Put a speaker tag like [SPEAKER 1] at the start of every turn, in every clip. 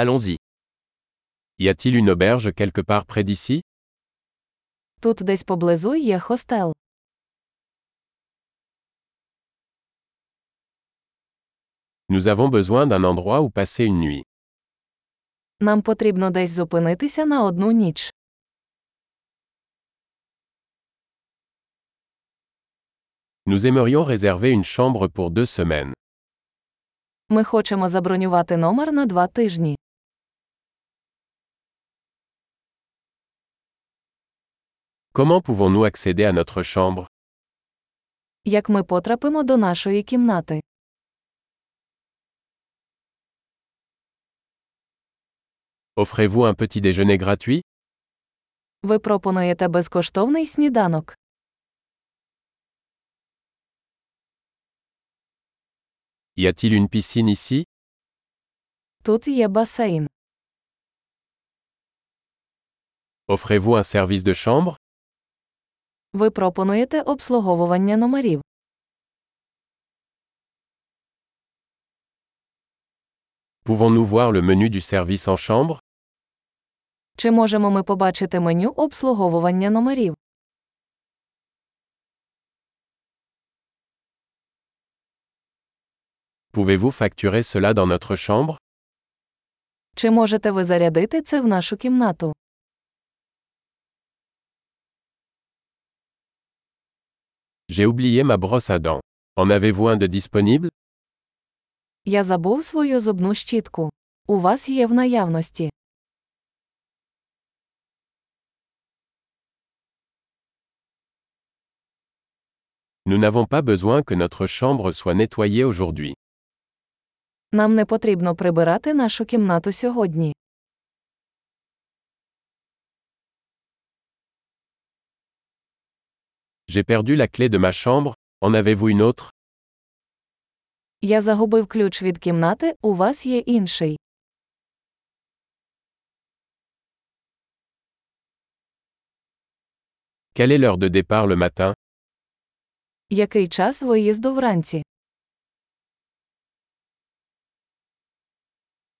[SPEAKER 1] Allons-y. Y a-t-il une auberge quelque part près d'ici
[SPEAKER 2] Тут десь поблизу є хостел.
[SPEAKER 1] Nous avons besoin d'un endroit où passer une nuit.
[SPEAKER 2] Нам потрібно десь зупинитися на одну ніч.
[SPEAKER 1] Nous aimerions réserver une chambre pour deux semaines.
[SPEAKER 2] Ми хочемо забронювати номер на два тижні.
[SPEAKER 1] Comment pouvons-nous accéder à notre chambre
[SPEAKER 2] Як ми потрапимо до нашої кімнати?
[SPEAKER 1] Offrez-vous un petit déjeuner gratuit
[SPEAKER 2] Ви пропонуєте безкоштовний сніданок.
[SPEAKER 1] Y a-t-il une piscine ici
[SPEAKER 2] Тут є басейн.
[SPEAKER 1] Offrez-vous un service de chambre
[SPEAKER 2] Ви пропонуєте обслуговування номерів.
[SPEAKER 1] Pouvons-nous voir le menu du service en chambre
[SPEAKER 2] Чи можемо ми побачити меню обслуговування номерів?
[SPEAKER 1] Pouvez-vous facturer cela dans notre chambre
[SPEAKER 2] Чи можете ви зарядити це в нашу кімнату?
[SPEAKER 1] J'ai oublié ma brosse à dents. En avez-vous un de disponible
[SPEAKER 2] Я забув свою зубну щітку. У вас є в наявності.
[SPEAKER 1] Nous n'avons pas besoin que notre chambre soit nettoyée aujourd'hui.
[SPEAKER 2] Нам не потрібно прибирати нашу кімнату сьогодні.
[SPEAKER 1] J'ai perdu la clé de ma chambre. En avez-vous une autre
[SPEAKER 2] Я загубив ключ від кімнати, у вас є інший.
[SPEAKER 1] Quelle est l'heure de départ le matin
[SPEAKER 2] Який час виїзду вранці?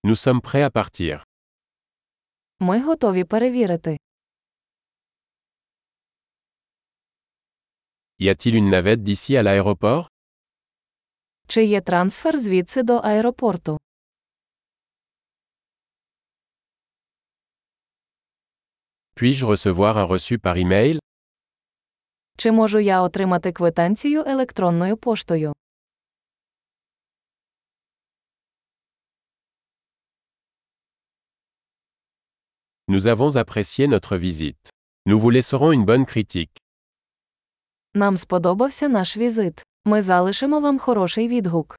[SPEAKER 1] Nous sommes prêts à partir.
[SPEAKER 2] Ми готові перевірити.
[SPEAKER 1] Y a-t-il une navette d'ici à l'aéroport
[SPEAKER 2] Чи є трансфер звідси до аеропорту?
[SPEAKER 1] Puis-je recevoir un reçu par email
[SPEAKER 2] Чи можу я отримати квитанцію електронною поштою?
[SPEAKER 1] Nous avons apprécié notre visite. Nous vous laisserons une bonne critique.
[SPEAKER 2] Нам сподобався наш візит. Ми залишимо вам хороший відгук.